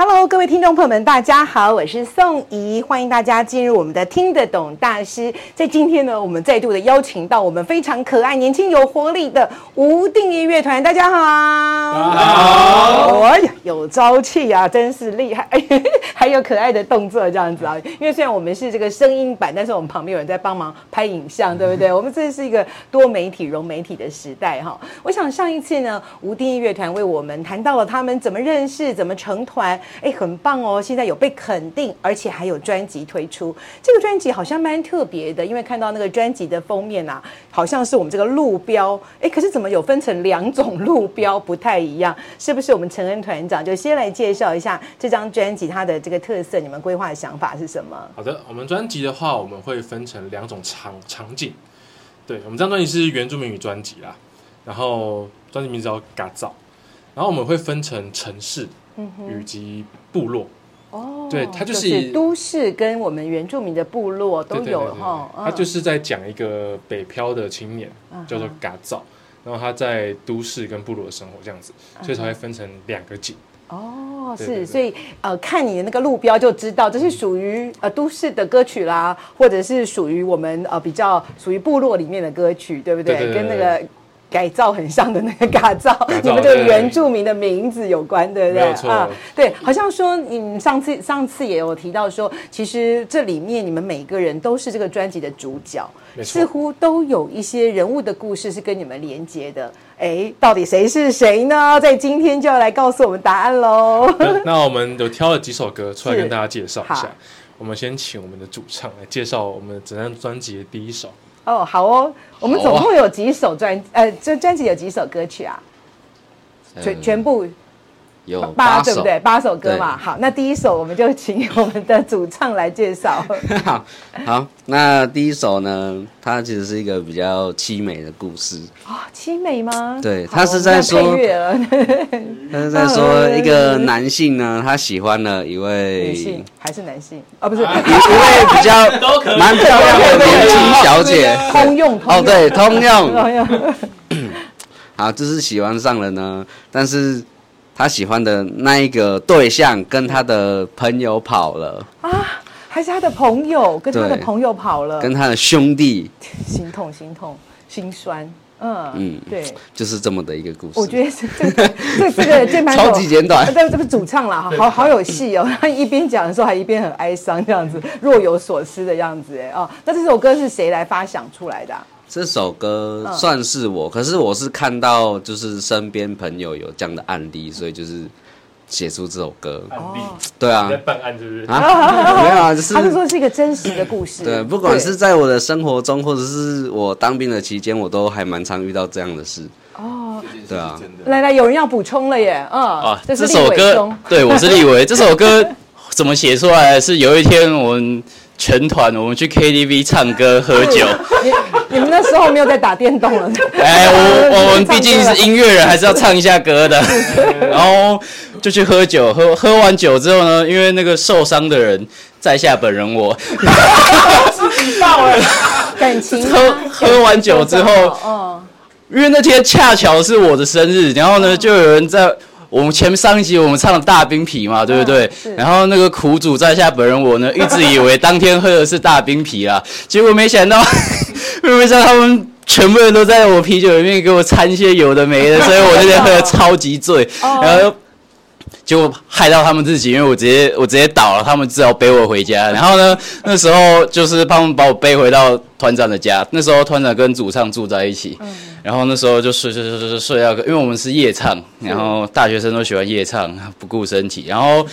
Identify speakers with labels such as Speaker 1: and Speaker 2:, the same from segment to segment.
Speaker 1: Hello，各位听众朋友们，大家好，我是宋怡，欢迎大家进入我们的听得懂大师。在今天呢，我们再度的邀请到我们非常可爱、年轻有活力的无定义乐团，大家好。好，哎呀，有朝气啊，真是厉害， 还有可爱的动作这样子啊。因为虽然我们是这个声音版，但是我们旁边有人在帮忙拍影像，对不对？我们这是一个多媒体、融媒体的时代哈。我想上一次呢，无定义乐团为我们谈到了他们怎么认识、怎么成团，哎，很棒哦。现在有被肯定，而且还有专辑推出。这个专辑好像蛮特别的，因为看到那个专辑的封面啊，好像是我们这个路标，哎，可是怎么有分成两种路标，不太一样？是不是我们陈恩团长就先来介绍一下这张专辑它的这个特色，你们规划的想法是什么？
Speaker 2: 好的，我们专辑的话，我们会分成两种场场景。对，我们这张专辑是原住民语专辑啦，然后专辑名字叫《嘎造》，然后我们会分成城市
Speaker 1: 嗯哼，
Speaker 2: 以及部落。
Speaker 1: 哦
Speaker 2: 对它就
Speaker 1: 就是都市跟我们原住民的部落都
Speaker 2: 对对对
Speaker 1: 有
Speaker 2: 对对
Speaker 1: 哈，嗯
Speaker 2: 他就是是在讲一个北漂的青年，叫做嘎造，然后他在都市跟部落的生活这样子，所以才会分成两个景。
Speaker 1: 哦，
Speaker 2: 对
Speaker 1: 是，
Speaker 2: 对嗯对
Speaker 1: 所以呃，看你的那个路标就知道，这是属于呃都市的歌曲啦，或者是属于我们呃比较属于部落里面的歌曲，对不对？
Speaker 2: 对对对
Speaker 1: 跟那
Speaker 2: 对
Speaker 1: 个改造很像的那个嘎造，
Speaker 2: 造
Speaker 1: 你们这个
Speaker 2: 对
Speaker 1: 原住民的名字有关，对不对？啊
Speaker 2: 没有错
Speaker 1: 对，好像说你们上次上次也有提到说，其实这里面你们每个人都是这个专辑的主角，
Speaker 2: 没错
Speaker 1: 似乎都有一些人物的故事是跟你们连接的。哎，到底谁是谁呢？在今天就要来告诉我们答案喽。
Speaker 2: 对 那我们有挑了几首歌出来
Speaker 1: 是
Speaker 2: 跟大家介绍一
Speaker 1: 好
Speaker 2: 下。我们先请我们的主唱来介绍我们整张专辑的第一首。
Speaker 1: 哦，好哦，我们总共有几首专、呃，这专辑有几首歌曲啊？全
Speaker 3: 啊嗯
Speaker 1: 全部
Speaker 3: 有
Speaker 1: 八对
Speaker 3: 首，
Speaker 1: 不对？八首歌嘛。
Speaker 3: 对
Speaker 1: 好，那第一首我们就请我们的主唱来介 绍。 哦
Speaker 3: 好，好，那第一首呢，它其实是一个比较凄美的故事，
Speaker 1: 哦，凄美吗？
Speaker 3: 对
Speaker 1: 好
Speaker 3: 他是在说
Speaker 1: 我们要配乐了，
Speaker 3: 它是在说一个男性呢，他喜欢了一位
Speaker 1: 呃女
Speaker 3: 一
Speaker 1: 性还是男性？哦，不是，
Speaker 3: 一位比较蛮漂亮的年轻小姐，
Speaker 1: 通用
Speaker 3: 哦，对，通
Speaker 1: 通
Speaker 3: 用，
Speaker 1: 用。
Speaker 3: 好，就是喜欢上了呢，但是他喜欢的那一个对象跟他的朋友跑了，
Speaker 1: 还是他的朋友跟他的
Speaker 3: 对
Speaker 1: 朋友跑了，
Speaker 3: 跟他的兄弟，
Speaker 1: 心痛、心痛、心酸。嗯嗯
Speaker 3: 嗯，
Speaker 1: 对，
Speaker 3: 就是这么的一个故事，
Speaker 1: 我觉得是这个这这个键盘手
Speaker 3: 超级简短
Speaker 1: 呃但这个主唱啦，好好有戏哦。他一边讲的时候还一边很哀伤，这样子若有所思的样子。哎哦，那这首歌是谁来发想出来的啊？
Speaker 3: 这首歌
Speaker 1: 嗯
Speaker 3: 算是我，可是我是看到就是身边朋友有这样的案例，所以就是写出这首歌。
Speaker 2: 案例
Speaker 3: 对啊
Speaker 2: 你，办案是不是
Speaker 3: 啊，没有啊，就
Speaker 1: 他是
Speaker 3: 是
Speaker 1: 说是一个真实的故事。
Speaker 3: 对，不管是在我的生活中，或者是我当兵的期间，我都还蛮常遇到这样的事。
Speaker 1: 哦，
Speaker 3: 对啊，
Speaker 1: 来来，有人要补充了耶。嗯
Speaker 3: 哦
Speaker 4: 啊，，
Speaker 1: 这是立
Speaker 4: 首
Speaker 1: 伟
Speaker 4: 歌
Speaker 1: 兄，
Speaker 4: 对我是立伟。这首歌怎么写出来的？是有一天我们全团我们去 KTV 唱歌喝 酒。
Speaker 1: 你你们那时候没有在打电动 了。
Speaker 4: 哎，我我我们
Speaker 1: 唱歌
Speaker 4: 毕竟是音乐人，还是要唱一下歌的。然后就去喝酒，喝喝完酒之后呢，因为那个受伤的人，在下本人我，
Speaker 1: 感情啊
Speaker 4: 喝喝完酒之后，
Speaker 1: 嗯，
Speaker 4: 因为那天恰巧是我的生日，然后呢，就有人在我们前上一集我们唱了大冰啤嘛，对不对？
Speaker 1: 是
Speaker 4: 然后那个苦主在下本人我呢，一直以为当天喝的是大冰啤啦，结果没想到， 没想到他们全部人都在我啤酒里面给我掺一些有的没的，所以我那天喝的超级醉，然后又结果害到他们自己，因为我直接我直接倒了，他们只好背我回家。然后呢，那时候就是他们把我背回到团长的家，那时候团长跟主唱住在一起，然后那时候就睡睡睡睡睡睡到个，因为我们是夜唱，然后大学生都喜欢夜唱，不顾身体。然后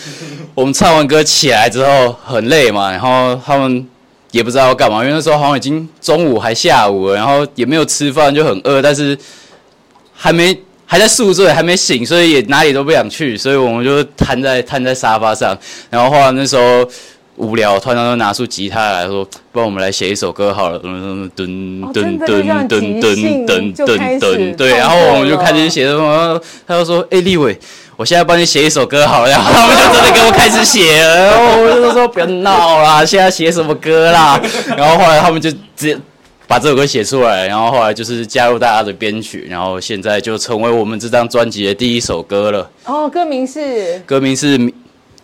Speaker 4: 我们唱完歌起来之后很累嘛，然后他们。也不知道要干嘛，因为那时候好像已经中午还下午了，然后也没有吃饭，就很饿，但是还没还在宿醉，还没醒，所以也哪里都不想去，所以我们就瘫在瘫在沙发上。然后后来那时候无聊，突然就拿出吉他来说：“不然我们来写一首歌好了。”嗯，
Speaker 1: 哦
Speaker 4: 噔
Speaker 1: 真
Speaker 4: 噔
Speaker 1: 的就这样
Speaker 4: 噔
Speaker 1: 即
Speaker 4: 噔
Speaker 1: 兴
Speaker 4: 噔噔
Speaker 1: 就开始
Speaker 4: 噔噔，对，
Speaker 1: 创
Speaker 4: 然后
Speaker 1: 作
Speaker 4: 我们就
Speaker 1: 了
Speaker 4: 开始写什么，他就说：“哎、立伟。”我现在帮你写一首歌好了，然后他们就真的给我开始写了，然后我就说不要闹啦，现在写什么歌啦？然后后来他们就直接把这首歌写出来，然后后来就是加入大家的编曲，然后现在就成为我们这张专辑的第一首歌了。
Speaker 1: 哦，歌名是
Speaker 4: 歌名是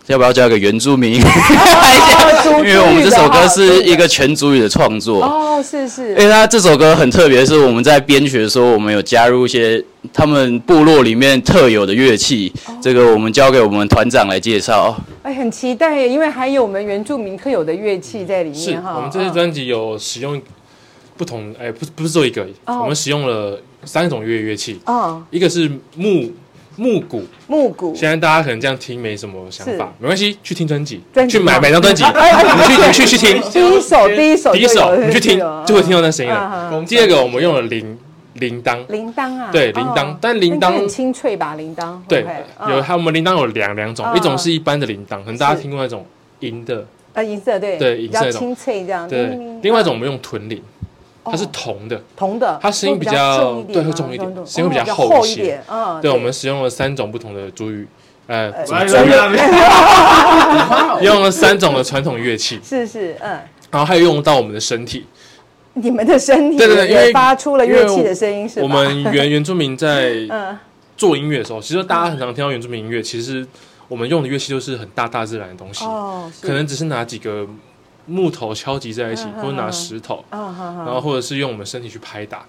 Speaker 4: 要不要叫一个原住民？
Speaker 1: 因
Speaker 4: 哎因为我们这首歌是一个全族语的 创作。
Speaker 1: 哦，是是
Speaker 4: 因，
Speaker 2: 哎
Speaker 4: 为哎它这首歌很特别，是我们在编曲的时候，我们有加入一些他们部落里面特有的乐器，这个我们交给我们团长来介 绍。
Speaker 1: 哎，很期待耶，因为还有我们原住民特有的乐器在里
Speaker 2: 是
Speaker 1: 面哈。哦
Speaker 2: 我们这次专辑有使用不同，哎、不不是做一个而已，
Speaker 1: 哦
Speaker 2: 我们使用了三种乐乐器，
Speaker 1: 哦，
Speaker 2: 一个是木木鼓，
Speaker 1: 木鼓，
Speaker 2: 现在大家可能这样听没什么想法，没关系，去听专辑
Speaker 1: 专，辑
Speaker 2: 去买
Speaker 1: 吗
Speaker 2: 买张 专辑，
Speaker 1: 哎哎
Speaker 2: 你去你去去 听，
Speaker 1: 第一首第一首
Speaker 2: 第一首你去听就会听到那声音
Speaker 1: 嗯
Speaker 2: 了。第二个我们用了铃铃铛，
Speaker 1: 铃铛啊，
Speaker 2: 对铃铛
Speaker 1: 哦
Speaker 2: 但铃铛
Speaker 1: 应该很清脆吧？铃铛
Speaker 2: 对
Speaker 1: OK，，
Speaker 2: 有
Speaker 1: 嗯
Speaker 2: 它我们铃铛有两两种，
Speaker 1: 嗯
Speaker 2: 一种是一般的铃铛，可能大家
Speaker 1: 是
Speaker 2: 听过那种银的，
Speaker 1: 呃银色对
Speaker 2: 对
Speaker 1: 比
Speaker 2: 银色
Speaker 1: 较
Speaker 2: 那种
Speaker 1: 清脆这样。
Speaker 2: 对
Speaker 1: 嗯。
Speaker 2: 另外一种我们用臀铃，
Speaker 1: 哦
Speaker 2: 它是铜的，
Speaker 1: 铜的，
Speaker 2: 它声音比
Speaker 1: 会
Speaker 2: 较
Speaker 1: 重一点
Speaker 2: 对
Speaker 1: 吗
Speaker 2: 会重一点
Speaker 1: 重
Speaker 2: 声音
Speaker 1: 哦
Speaker 2: 会比较厚
Speaker 1: 厚
Speaker 2: 一
Speaker 1: 一
Speaker 2: 些
Speaker 1: 点。嗯，
Speaker 2: 对，我们使用了三种不同的主语，呃，主
Speaker 1: 来
Speaker 2: 主语 用了三种的传统乐器，
Speaker 1: 是是嗯。
Speaker 2: 然后还有用到我们的身体。
Speaker 1: 你们的身体
Speaker 2: 对对对因为
Speaker 1: 也发出了乐器的声音，是吧？
Speaker 2: 我们原原住民在
Speaker 1: 嗯，
Speaker 2: 做音乐的时候，其实大家很常听到原住民音乐，其实我们用的乐器都是很大大自然的东西，
Speaker 1: 哦，是
Speaker 2: 可能只是拿几个木头敲击在一起，
Speaker 1: 嗯嗯嗯
Speaker 2: 或者拿石头，
Speaker 1: 啊哈
Speaker 2: 然
Speaker 1: 哈，
Speaker 2: 后或者是用我们身体去拍打。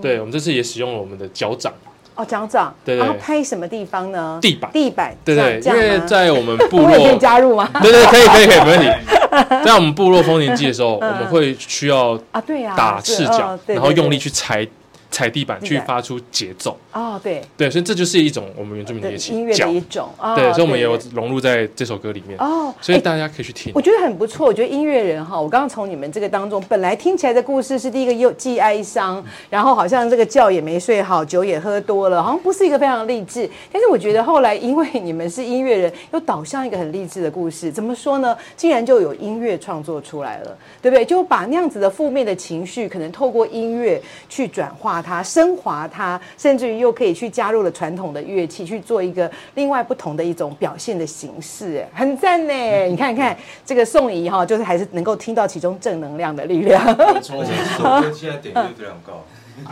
Speaker 2: 对，我们这次也使用了我们的脚掌、
Speaker 1: 哦，脚掌，
Speaker 2: 对对
Speaker 1: 然后拍什么地方呢？
Speaker 2: 地板，
Speaker 1: 地板，
Speaker 2: 对对，
Speaker 1: 这样
Speaker 2: 因为
Speaker 1: 这样吗
Speaker 2: 在我们 部
Speaker 1: 我也可以
Speaker 2: 落，嗯
Speaker 1: 加入吗？
Speaker 2: 对对，可以可以可以，没问题。 在我们部落丰年祭的时候，
Speaker 1: 嗯
Speaker 2: 我们会需要
Speaker 1: 啊，对呀，
Speaker 2: 打
Speaker 1: 是
Speaker 2: 赤
Speaker 1: 嗯
Speaker 2: 脚，
Speaker 1: 对对
Speaker 2: 然后用力
Speaker 1: 对
Speaker 2: 去踩踩地板，
Speaker 1: 地
Speaker 2: 去
Speaker 1: 板
Speaker 2: 发出节奏。
Speaker 1: 哦，对，
Speaker 2: 对，所以这就是一种我们原住民的
Speaker 1: 对
Speaker 2: 乐器
Speaker 1: 音乐的
Speaker 2: 脚
Speaker 1: 一。种啊，
Speaker 2: 对，所以我们也有
Speaker 1: 对
Speaker 2: 融入在这首歌里面，
Speaker 1: 哦，
Speaker 2: 所以
Speaker 1: 哎
Speaker 2: 大家可以去听
Speaker 1: 我。觉得很不错，我觉得音乐人哈，我刚刚从你们这个当中，本来听起来的故事是第一个又既哀伤，然后好像这个觉也没睡好，酒也喝多了，好像不是一个非常励志。但是我觉得后来因为你们是音乐人，又导向一个很励志的故事，怎么说呢？竟然就有音乐创作出来了，对不对？就把那样子的负面的情绪，可能透过音乐去转化它、升华它，甚至于又可以去加入了传统的乐器，去做一个另外不同的一种表现的形式，哎很赞呢！
Speaker 2: 嗯
Speaker 1: 你看看这个宋怡哈，就是还是能够听到其中正能量的力量。
Speaker 5: 而且这首歌现在点阅非常高，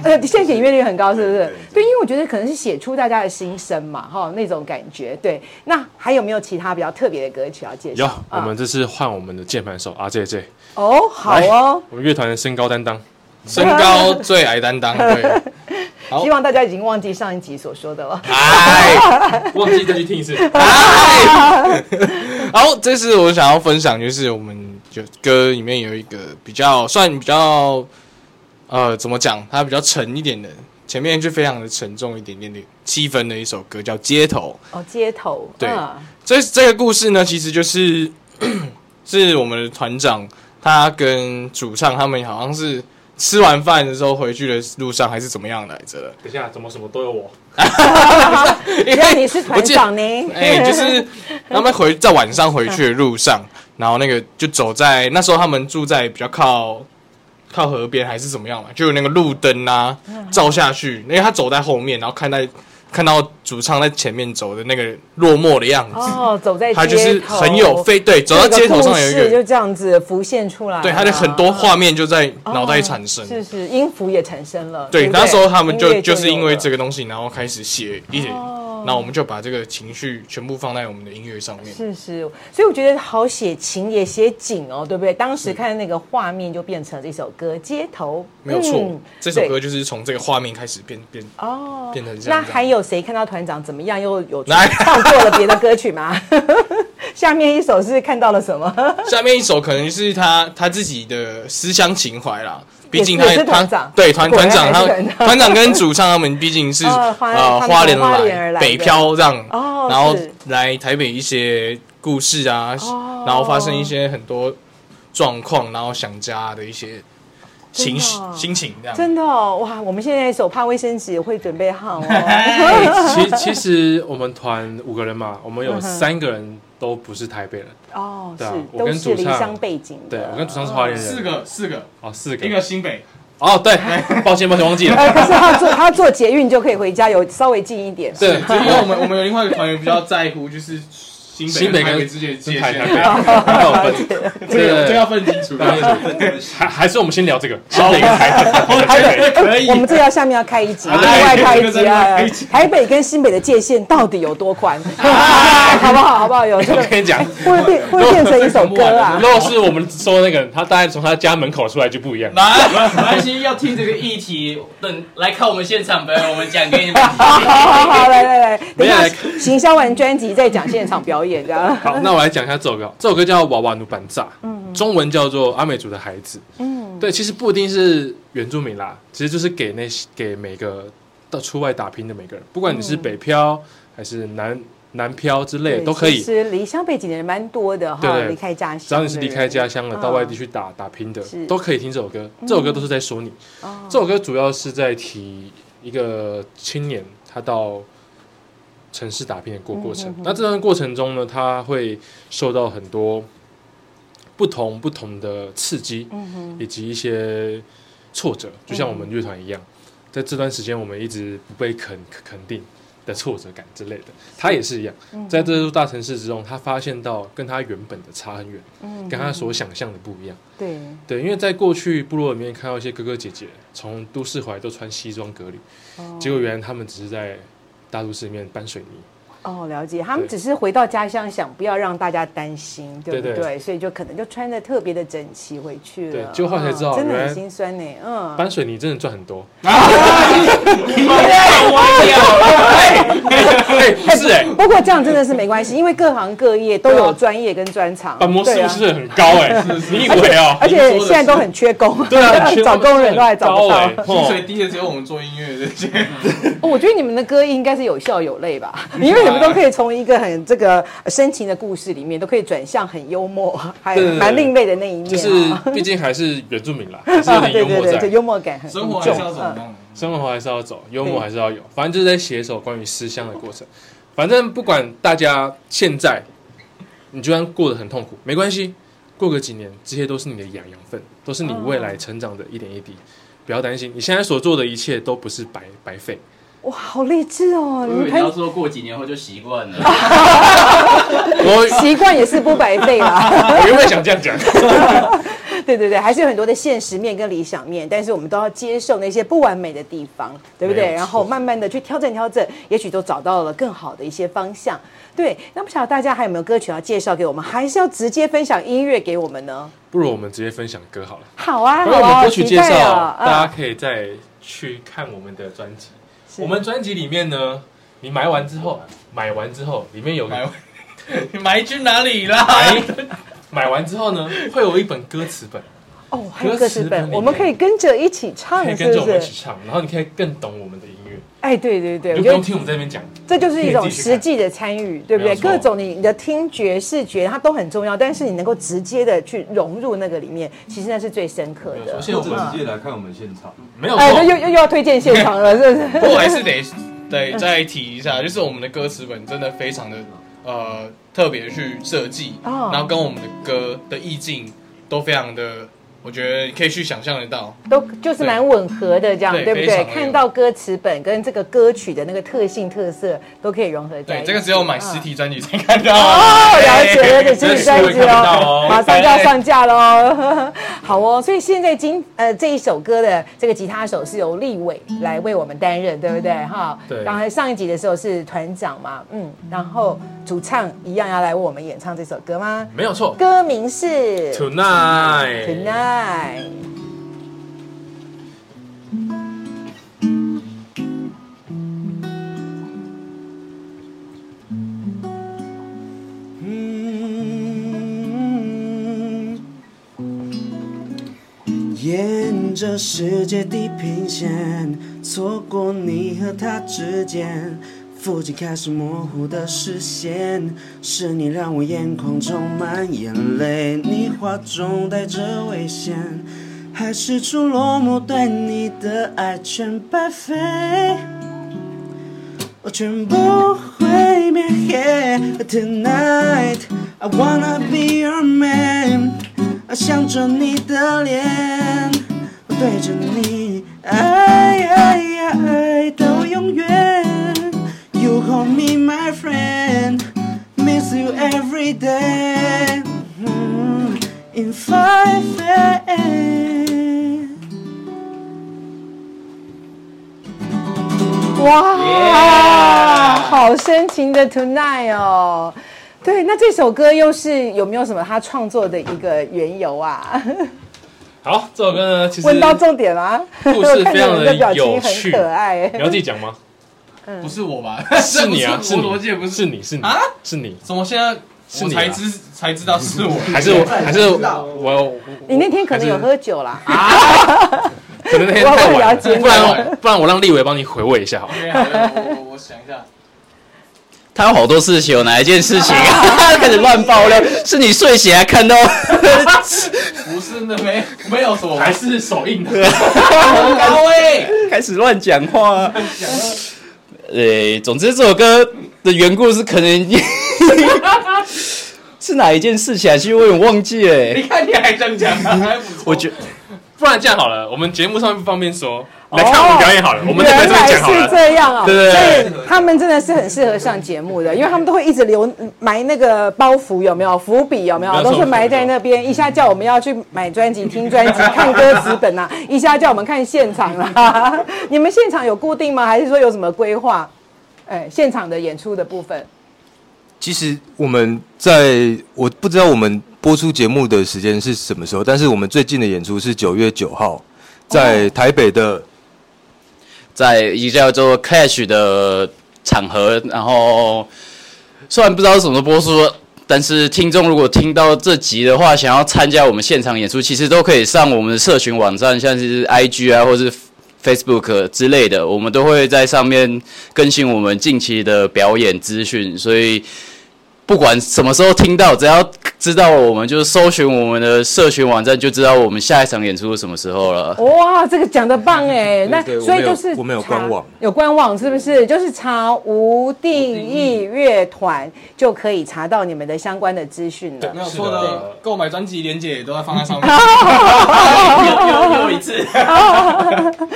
Speaker 1: 呃，现在点阅率很高，是不是
Speaker 5: 对对？
Speaker 1: 对，因为我觉得可能是写出大家的心声嘛，哈，那种感觉。对，那还有没有其他比较特别的歌曲要介绍
Speaker 2: 有，？我
Speaker 1: 啊
Speaker 2: 们这次换我们的键盘手 R J J，
Speaker 1: 哦，好
Speaker 2: 来
Speaker 1: 哦，
Speaker 2: 我们乐团的身高担当，身高最矮 担当，对，好
Speaker 1: 希望大家已经忘记上一集所说的了。
Speaker 2: 忘记再去听一次。
Speaker 6: 好，这次我想要分享就是我们就歌里面有一个比较算比较呃怎么讲，它比较沉一点的，前面就非常的沉重一点点的气氛的一首歌叫《街头》。
Speaker 1: 哦，街头，
Speaker 6: 对
Speaker 1: 嗯
Speaker 6: 这这个故事呢，其实就是 是我们的团长他跟主唱他们好像是吃完饭的时候回去的路上还是怎么样来着的，
Speaker 2: 等一下，怎么什么都有我？
Speaker 1: 原来你是团长呢？
Speaker 6: 哎、就是他们回在晚上回去的路上，然后那个就走在那时候他们住在比较靠靠河边还是怎么样嘛，就有那个路灯啊照下去，因为他走在后面，然后看在看到主唱在前面走的那个落寞的样子，
Speaker 1: 哦，走在街头，
Speaker 6: 他就是很有非对走到街头上有一
Speaker 1: 这故事
Speaker 6: 个
Speaker 1: 就这样子浮现出来了，
Speaker 6: 对他的很多
Speaker 1: 嗯
Speaker 6: 画面就在脑袋产生。
Speaker 1: 哦是是，音符也产生了。
Speaker 6: 对，
Speaker 1: 不对
Speaker 6: 那时候他们
Speaker 1: 音
Speaker 6: 就
Speaker 1: 乐
Speaker 6: 就是因为
Speaker 1: 有了
Speaker 6: 这个东西，然后开始写一点，
Speaker 1: 哦
Speaker 6: 然后我们就把这个情绪全部放在我们的音乐上面。
Speaker 1: 是是，所以我觉得好写情也写景哦，对不对？当时看那个画面就变成了一首歌《街头》，
Speaker 6: 没有错，
Speaker 1: 嗯
Speaker 6: 这首歌
Speaker 1: 对
Speaker 6: 就是从这个画面开始变变
Speaker 1: 哦。
Speaker 6: 变成这
Speaker 1: 那
Speaker 6: 样。
Speaker 1: 还有谁看到团长怎么样，又有
Speaker 6: 来
Speaker 1: 创作了别的歌曲吗？ 下面一首是看到了什么？
Speaker 6: 下面一首可能是他他自己的思乡情怀啦，毕竟
Speaker 1: 也
Speaker 6: 他
Speaker 1: 是
Speaker 6: 他
Speaker 1: 团长
Speaker 6: 对团
Speaker 1: 果
Speaker 6: 团
Speaker 1: 然
Speaker 6: 长
Speaker 1: 还
Speaker 6: 他
Speaker 1: 是团长
Speaker 6: 团长跟主唱他们毕 竟是
Speaker 1: 呃花他们
Speaker 6: 呃
Speaker 1: 从
Speaker 6: 花莲
Speaker 1: 花莲而来的
Speaker 6: 北漂这样，
Speaker 1: 哦
Speaker 6: 然后
Speaker 1: 是
Speaker 6: 来台北一些故事啊
Speaker 1: 哦，
Speaker 6: 然后发生一些很多状况，然后想家的一些情绪
Speaker 1: 真的哦
Speaker 6: 心情这样。
Speaker 1: 真的哦，哇！我们现在手帕卫生纸会准备好哦。
Speaker 2: 其其实我们团五个人嘛，我们
Speaker 1: 嗯
Speaker 2: 有三个人都不是台北人，
Speaker 1: 哦，
Speaker 2: 对啊
Speaker 1: 是，
Speaker 2: 我
Speaker 1: 都
Speaker 2: 跟
Speaker 1: 是
Speaker 2: 主
Speaker 1: 离
Speaker 2: 唱
Speaker 1: 乡背景的。
Speaker 2: 对我跟主唱是花莲人，
Speaker 6: 四个四个，
Speaker 2: 哦四
Speaker 6: 一个
Speaker 2: 个
Speaker 6: 新北，
Speaker 2: 哦对，抱歉抱歉忘记
Speaker 1: 哎，
Speaker 2: 了，
Speaker 1: 可是他坐他坐捷运就可以回家，有稍微近一点。
Speaker 2: 对
Speaker 6: 只是因为我们我们有另外一个团员比较在乎就是新
Speaker 2: 新
Speaker 6: 北
Speaker 2: 北
Speaker 6: 跟台
Speaker 2: 跟
Speaker 6: 北之间的界
Speaker 2: 台
Speaker 6: 限
Speaker 2: 台，北，还有分
Speaker 6: 这个这要分清楚。
Speaker 2: 对还还是我们先聊这个，先聊一个台北，台北
Speaker 6: 可以
Speaker 1: 我们这要下面要开一集，
Speaker 6: 好
Speaker 1: 另
Speaker 6: 的
Speaker 1: 外开一
Speaker 6: 这个
Speaker 1: 集
Speaker 6: 真的
Speaker 1: 啊
Speaker 6: 开一集！
Speaker 1: 台北跟新北的界限到底有多 宽？好不好？好不好？有这个
Speaker 2: 我跟你讲。
Speaker 1: 会不会变会不会变成一首歌啊
Speaker 2: 如？果是 我们说那个人，他大概从他家门口出来就不一样。
Speaker 4: 来，
Speaker 7: 没关系，要听这个议题，等来看我们现场呗，我们讲给你们听。
Speaker 1: 好好好，来来来，等一
Speaker 2: 没
Speaker 1: 下
Speaker 2: 有
Speaker 1: 行销完专辑再讲现场表演，这样。
Speaker 2: 好，那我来讲一下这首歌。这首歌叫《娃娃奴板炸》，中文叫做《阿美族的孩子》。嗯，对，其实不一定是原住民啦，其实就是给那些给每个到出外打拼的每个人，不管你是北漂还是南南漂之类的，都可以
Speaker 1: 其。实离乡背景的人蛮多的
Speaker 2: 对
Speaker 1: 哈，
Speaker 2: 对
Speaker 1: 离开家乡的人，
Speaker 2: 只要你是离开家乡了，到外地
Speaker 1: 嗯
Speaker 2: 去打打拼的
Speaker 1: 是，嗯哦
Speaker 2: 都可以听这首歌。这首歌都是在说你。这首歌主要是在提一个青年他到城市打拼的过过
Speaker 1: 嗯
Speaker 2: 程。那这段过程中呢，他会受到很多不同不同的刺激，
Speaker 1: 嗯
Speaker 2: 以及一些挫折，就像我们乐团一样，在这段时间我们一直不被肯肯定。的挫折感之类的，他也是一样，
Speaker 1: 嗯
Speaker 2: 在这座大城市之中，他发现到跟他原本的差很远，跟他所想象的不一样。
Speaker 1: 对，
Speaker 2: 对，因为在过去部落里面看到一些哥哥姐姐从都市回来都穿西装革履，结果原来他们只是在大都市里面搬水泥。
Speaker 1: 哦，了解，他们
Speaker 2: 对
Speaker 1: 只是回到家乡，想不要让大家担心，对不
Speaker 2: 对
Speaker 1: 对？
Speaker 2: 对
Speaker 1: 所以就可能就穿的特别的整齐回去了。
Speaker 2: 对结果后来才知道
Speaker 1: 嗯真的
Speaker 2: 原
Speaker 1: 很
Speaker 2: 来
Speaker 1: 心酸呢。嗯，
Speaker 2: 搬水泥真的赚很多，哎、不是哎、
Speaker 1: 不过这样真的是没关系，因为各行各业都有专业跟专长。
Speaker 2: 板模是
Speaker 1: 对
Speaker 2: 不
Speaker 1: 啊
Speaker 2: 是很高哎、你以为哦、
Speaker 1: 而且现在都很缺工，
Speaker 2: 对 啊，
Speaker 1: 哎找工人都还找不到。
Speaker 2: 不
Speaker 6: 薪
Speaker 2: 到
Speaker 6: 水低的只有我们做音乐的这些，
Speaker 1: 哦我觉得你们的歌应该是有笑有泪吧，
Speaker 2: 嗯
Speaker 1: 因为你们都可以从一个很这个呃深情的故事里面，都可以转向很幽默，还
Speaker 2: 对对对
Speaker 1: 蛮另类的那一面啊。
Speaker 2: 就是毕竟还是原住民啦，还是有
Speaker 1: 啊，
Speaker 2: 点
Speaker 1: 对
Speaker 2: 幽
Speaker 1: 对
Speaker 2: 默
Speaker 1: 对，这
Speaker 2: 在，
Speaker 1: 幽默感很
Speaker 6: 生活还
Speaker 1: 重
Speaker 6: 是要怎么弄？
Speaker 2: 生活还是要走，幽默还是要有，反正就是在写一首关于思乡的过程。反正不管大家现在，你就算过得很痛苦，没关系，过个几年，这些都是你的养养分，都是你未来成长的一点一滴。不要担心，你现在所做的一切都不是白 白费。
Speaker 1: 哇，好励志
Speaker 7: 我
Speaker 1: 哦！你
Speaker 7: 以为
Speaker 1: 们
Speaker 7: 你要
Speaker 1: 喷
Speaker 7: 说过几年后就习惯了，
Speaker 2: 我
Speaker 1: 习惯也是不白费 啦。
Speaker 2: 我原本想这样讲，
Speaker 1: 对对对，还是有很多的现实面跟理想面，但是我们都要接受那些不完美的地方，对不
Speaker 2: 没有
Speaker 1: 对？
Speaker 2: 错
Speaker 1: 然后慢慢的去调整调整，也许都找到了更好的一些方向。对，那不晓得大家还有没有歌曲要介绍给我们，还是要直接分享音乐给我们呢？
Speaker 2: 不如我们直接分享歌好了。
Speaker 1: 好啊，
Speaker 2: 因
Speaker 1: 好
Speaker 2: 为我们
Speaker 1: 啊，
Speaker 2: 歌曲
Speaker 1: 期
Speaker 2: 介
Speaker 1: 待
Speaker 2: 绍，
Speaker 1: 啊！
Speaker 2: 大家
Speaker 1: 啊
Speaker 2: 可以再去看我们的专辑。我们专辑里面呢，你买完之后，买完之后里面有
Speaker 6: 买
Speaker 2: 个
Speaker 6: 完你埋去哪里啦？
Speaker 2: 买 买完之后呢，会有一本歌词本，
Speaker 1: 哦，还有歌词
Speaker 2: 歌词本里
Speaker 1: 本，
Speaker 2: 面
Speaker 1: 我们可以跟着一起唱
Speaker 2: 可以，跟
Speaker 1: 是
Speaker 2: 着我
Speaker 1: 不
Speaker 2: 们一起
Speaker 1: 啊是？
Speaker 2: 唱，然后你可以更懂我们的音乐，
Speaker 1: 哎，对对对，
Speaker 2: 你
Speaker 1: 我觉
Speaker 2: 就不
Speaker 1: 得
Speaker 2: 用听我们在那边讲。
Speaker 1: 这就是一种
Speaker 2: 可以自己去
Speaker 1: 实
Speaker 2: 看
Speaker 1: 际的参与，对不
Speaker 2: 没
Speaker 1: 对？
Speaker 2: 有错
Speaker 1: 各种你你的听觉、视觉，它都很重要，但是你能够直接的去融入那个里面，
Speaker 6: 嗯
Speaker 1: 其实那是最深刻的。
Speaker 5: 现在我们直接来看我们现场，
Speaker 2: 没有
Speaker 1: 哎，那
Speaker 2: 错，
Speaker 1: 又又又要推荐现场 了，是不是？
Speaker 6: 不过我还是得得再提一下，就是我们的歌词本真的非常的呃特别去设计，
Speaker 1: 哦
Speaker 6: 然后跟我们的歌的意境都非常的，我觉得可以去想象得到。
Speaker 1: 都就是蛮吻合的，这样
Speaker 6: 对
Speaker 1: 对不
Speaker 6: 非
Speaker 1: 对？
Speaker 6: 常的
Speaker 1: 看到歌词本跟这个歌曲的那个特性特色都可以融合在一
Speaker 6: 对，
Speaker 1: 起。
Speaker 6: 这个只有买
Speaker 1: 嗯
Speaker 6: 实体专辑才看到。啊
Speaker 1: 哦，了解了解，这是专辑
Speaker 2: 这个看不到
Speaker 1: 哦
Speaker 2: 哦，
Speaker 1: 马上就要上架喽。 好哦，所以现在今呃这一首歌的这个吉他手是由立伟来为我们担任，对不嗯对？哈，
Speaker 2: 对
Speaker 1: 然后上一集的时候是团长嘛，嗯，然后主唱一样要来为我们演唱这首歌吗？
Speaker 2: 没有错。
Speaker 1: 歌名是
Speaker 2: Tonight，
Speaker 1: Tonight。
Speaker 4: 沿着世界地平线，错过你和他之间，附近开始模糊的视线，是你让我眼眶充满眼泪，你话中带着危险。
Speaker 8: 还是出落寞，对你的爱全白费，我全部毁灭。Yeah, tonight I wanna be your man，啊想着你的脸，我对着你爱爱爱爱到永远。You call me my friend, miss you every day. Mm, In five a.m.
Speaker 1: 哇，好深情的 Tonight 哦。对，那这首歌又是有没有什么他创作的一个缘由啊？
Speaker 2: 好，这首歌呢，其实
Speaker 1: 问到重点啦、啊，
Speaker 2: 故事非常的
Speaker 1: 表情
Speaker 2: 有
Speaker 1: 很
Speaker 2: 趣
Speaker 1: 可爱
Speaker 2: 你。要自己讲 吗？
Speaker 6: 不是我吧？
Speaker 2: 是你啊，是
Speaker 6: 这 不是我逻
Speaker 2: 你，
Speaker 6: 辑也不是
Speaker 2: 是你，是你
Speaker 6: 啊，
Speaker 2: 是你，
Speaker 6: 怎么现在
Speaker 2: 是
Speaker 6: 我
Speaker 2: 你啊
Speaker 6: 才知才知道是我？
Speaker 2: 还是 我，还是我，
Speaker 1: 你那天可能有喝酒啦，
Speaker 2: 啊
Speaker 1: 啊
Speaker 2: 可能那天
Speaker 1: 我
Speaker 2: 太
Speaker 1: 我了
Speaker 2: 晚
Speaker 1: 解
Speaker 2: 了，不然不然我让立伟帮你回味一下好了。
Speaker 6: OK，好的哎我我我想一下，
Speaker 4: 他有好多事 情，有哪一件事情啊？开始乱爆料，是你睡醒还看到？
Speaker 6: 不是那没没有什么，
Speaker 2: 还是手印的，
Speaker 6: 高哎，
Speaker 4: 开始乱讲话、啊。呃，总之这首歌的缘故是可能 是哪一件事情啊？其实我有点忘记了。
Speaker 6: 你看你还想讲吗？还不错，
Speaker 4: 我觉
Speaker 2: 不然这样好了，我们节目上面不方便说，来看我们表演好了，我们在
Speaker 1: 哦原
Speaker 2: 这边
Speaker 1: 来
Speaker 2: 讲好
Speaker 1: 是
Speaker 2: 了。
Speaker 1: 这样哦。
Speaker 2: 对对对
Speaker 1: 所以他们真的是很适合上节目的，因为他们都会一直留嗯埋那个包袱，有没有伏笔？有没有
Speaker 2: 不要
Speaker 1: 都
Speaker 2: 说
Speaker 1: 是埋在那边？一下叫我们要去买专辑、听 专辑、看歌词本啊，一下叫我们看现场 啦。你们现场有固定吗？还是说有什么规划？哎，现场的演出的部分，
Speaker 5: 其实我们在我不知道我们播出节目的时间是什么时候，但是我们最近的演出是九月九号，在台北的
Speaker 4: 在一个叫做 Clash 的场合，然后虽然不知道什么时候播出，但是听众如果听到这集的话，想要参加我们现场演出，其实都可以上我们的社群网站，像是 IG 啊，或是 Facebook 之类的，我们都会在上面更新我们近期的表演资讯，所以。不管什么时候听到，只要知道我们，就是搜寻我们的社群网站，就知道我们下一场演出是什么时候了。
Speaker 1: 哇，这个讲的棒哎！那
Speaker 5: 对我
Speaker 1: 所以
Speaker 5: 们
Speaker 1: 就
Speaker 5: 有
Speaker 1: 是
Speaker 5: 我们有嗯
Speaker 1: 查
Speaker 5: 官网，
Speaker 1: 有官网是不是？就是查无定义乐团就可以查到你们的相关的资讯了。
Speaker 6: 没有错的，购买专辑链接也都在放在上面。
Speaker 7: 又又又一次，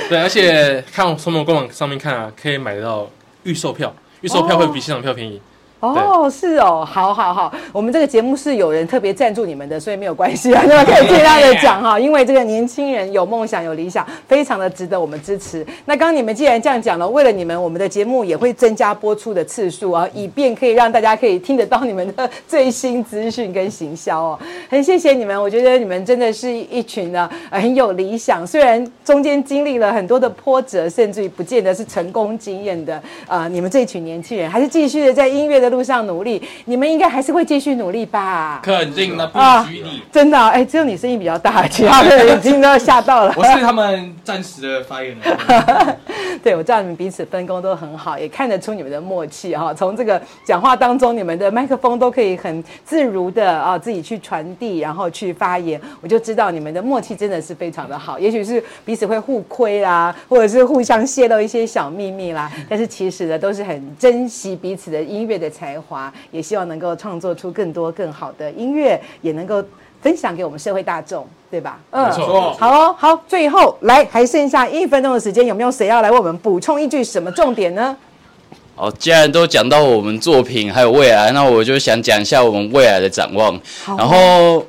Speaker 2: 对，而且看从我们官网上面看啊，可以买得到预售票，预售票会比现场票便宜。
Speaker 1: 哦，是哦，好好好，我们这个节目是有人特别赞助你们的，所以没有关系啊，那么可以尽量的 讲哈，因为这个年轻人有梦想有理想，非常的值得我们支持。那刚刚你们既然这样讲了，为了你们，我们的节目也会增加播出的次数啊，以便可以让大家可以听得到你们的 最新资讯跟行销哦。很谢谢你们，我觉得你们真的是一群呢、呃很有理想，虽然中间经历了很多的波折，甚至于不见得是成功经验的，呃，你们这一群年轻人还是继续的在音乐的路上努力，你们应该还是会继续努力吧？
Speaker 6: 肯定的，不许你。
Speaker 1: 真的啊、哎、只有你声音比较大，其他的人已经都吓到了。
Speaker 6: 我是他们暂时的发言人。
Speaker 1: 对，我知道你们彼此分工都很好，也看得出你们的默契哈、从这个讲话当中，你们的麦克风都可以很自如的啊、自己去传递，然后去发言，我就知道你们的默契真的是非常的好。也许是彼此会互亏啦，或者是互相泄露一些小秘密啦，但是其实呢，都是很珍惜彼此的音乐的才华，也希望能够创作出更多更好的音乐，也能够分享给我们社会大众，对吧？嗯，
Speaker 2: 没错
Speaker 1: 好哦，好，最后来还剩下一分钟的时间，有没有谁要来为我们补充一句什么重点呢？
Speaker 4: 好，既然都讲到我们作品还有未来，那我就想讲一下我们未来的展望。然后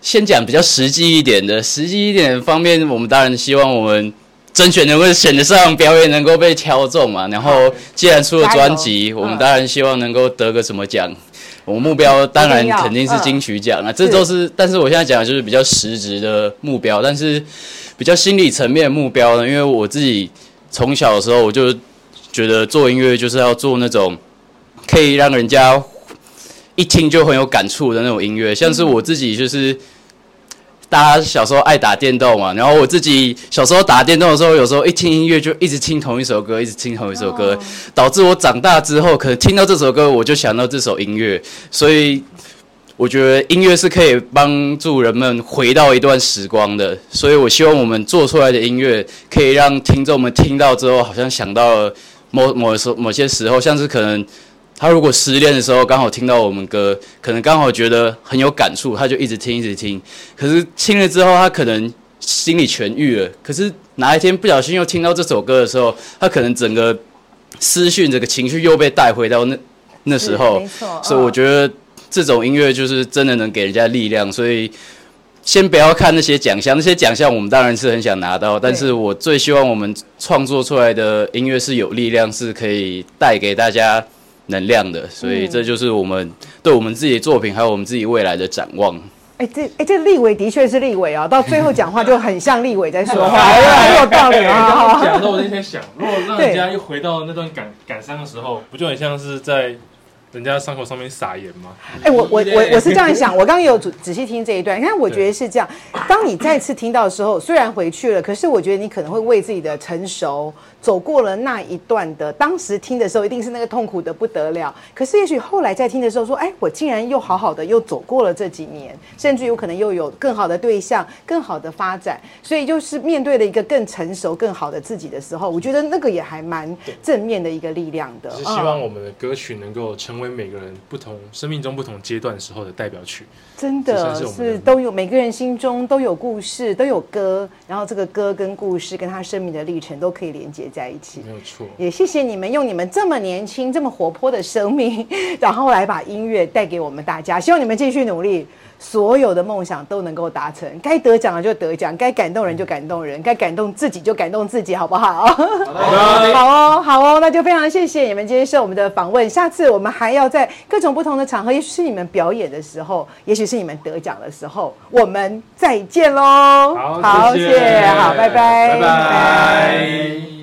Speaker 4: 先讲比较实际一点的，实际一点方面，我们当然希望我们甄选能够选得上，表演能够被挑中嘛。然后既然出了专
Speaker 1: 加
Speaker 4: 辑，
Speaker 1: 油
Speaker 4: 我们
Speaker 1: 嗯
Speaker 4: 当然希望能够得个什么奖。我们目标当然
Speaker 1: 一定要
Speaker 4: 肯定是
Speaker 1: 嗯
Speaker 4: 金曲奖啊，这都是。但是我现在讲的就是比较实质的目标，但是比较心理层面的目标呢，因为我自己从小的时候我就觉得做音乐就是要做那种可以让人家一听就很有感触的那种音乐，像是我自己就是。大家小时候爱打电动嘛，然后我自己小时候打电动的时候，有时候一听音乐就一直听同一首歌，一直听同一首歌，导致我长大之后，可能听到这首歌我就想到这首音乐，所以我觉得音乐是可以帮助人们回到一段时光的，所以我希望我们做出来的音乐可以让听众们听到之后，好像想到了某某时某些时候，像是可能他如果失恋的时候刚好听到我们歌，可能刚好觉得很有感触，他就一直听一直听。可是听了之后，他可能心里痊愈了，可是哪一天不小心又听到这首歌的时候，他可能整个思绪、整个情绪又被带回到那那时候
Speaker 1: 嗯没。错，哦
Speaker 4: 所以我觉得这种音乐就是真的能给人家力量，所以先不要看那些奖项，那些奖项我们当然是很想拿到，但是我最希望我们创作出来的音乐是有力量，是可以带给大家能量的，所以这就是我们对我们自己的作品还有我们自己未来的展望。
Speaker 1: 哎、这哎这立伟的确是立伟啊，到最后讲话就很像立伟在说 话，很有道理
Speaker 2: 哎刚
Speaker 1: 啊。
Speaker 2: 讲到我就在想，如果让人家又回到那段感感伤的时候，不就很像是在人家伤口上面撒盐吗？
Speaker 1: 哎、我我我我是这样想，我刚刚有仔仔细听这一段，你看，我觉得是这样。当你再次听到的时候，虽然回去了，可是我觉得你可能会为自己的成熟走过了那一段的，当时听的时候一定是那个痛苦的不得了。可是也许后来再听的时候，说，哎、我竟然又好好的又走过了这几年，甚至有可能又有更好的对象、更好的发展，所以就是面对了一个更成熟、更好的自己的时候，我觉得那个也还蛮正面的一个力量的。
Speaker 2: 只是
Speaker 1: 嗯
Speaker 2: 希望我们的歌曲能够成为每个人不同生命中不同阶段时候的代表曲。
Speaker 1: 真
Speaker 2: 这
Speaker 1: 的
Speaker 2: 算是我们
Speaker 1: 是
Speaker 2: 的
Speaker 1: 都有每个人心中都有故事，都有歌，然后这个歌跟故事跟他生命的历程都可以连接在一起
Speaker 2: 没。有错，
Speaker 1: 也谢谢你们用你们这么年轻、这么活泼的生命， 然后来把音乐带给我们大家。希望你们继续努力，所有的梦想都能够达成。该得奖的就得奖，该感动人就感动人，该感动自己就感动自己，好不好？ 好哦，好哦，那就非常谢谢你们接受我们的访问。下次我们还要在各种不同的场合，也许是你们表演的时候，也许是你们得奖的时候，我们再见喽。
Speaker 2: 好
Speaker 1: 好，
Speaker 2: 谢
Speaker 1: 谢
Speaker 2: 谢
Speaker 1: 谢，好，拜拜，
Speaker 2: 拜拜。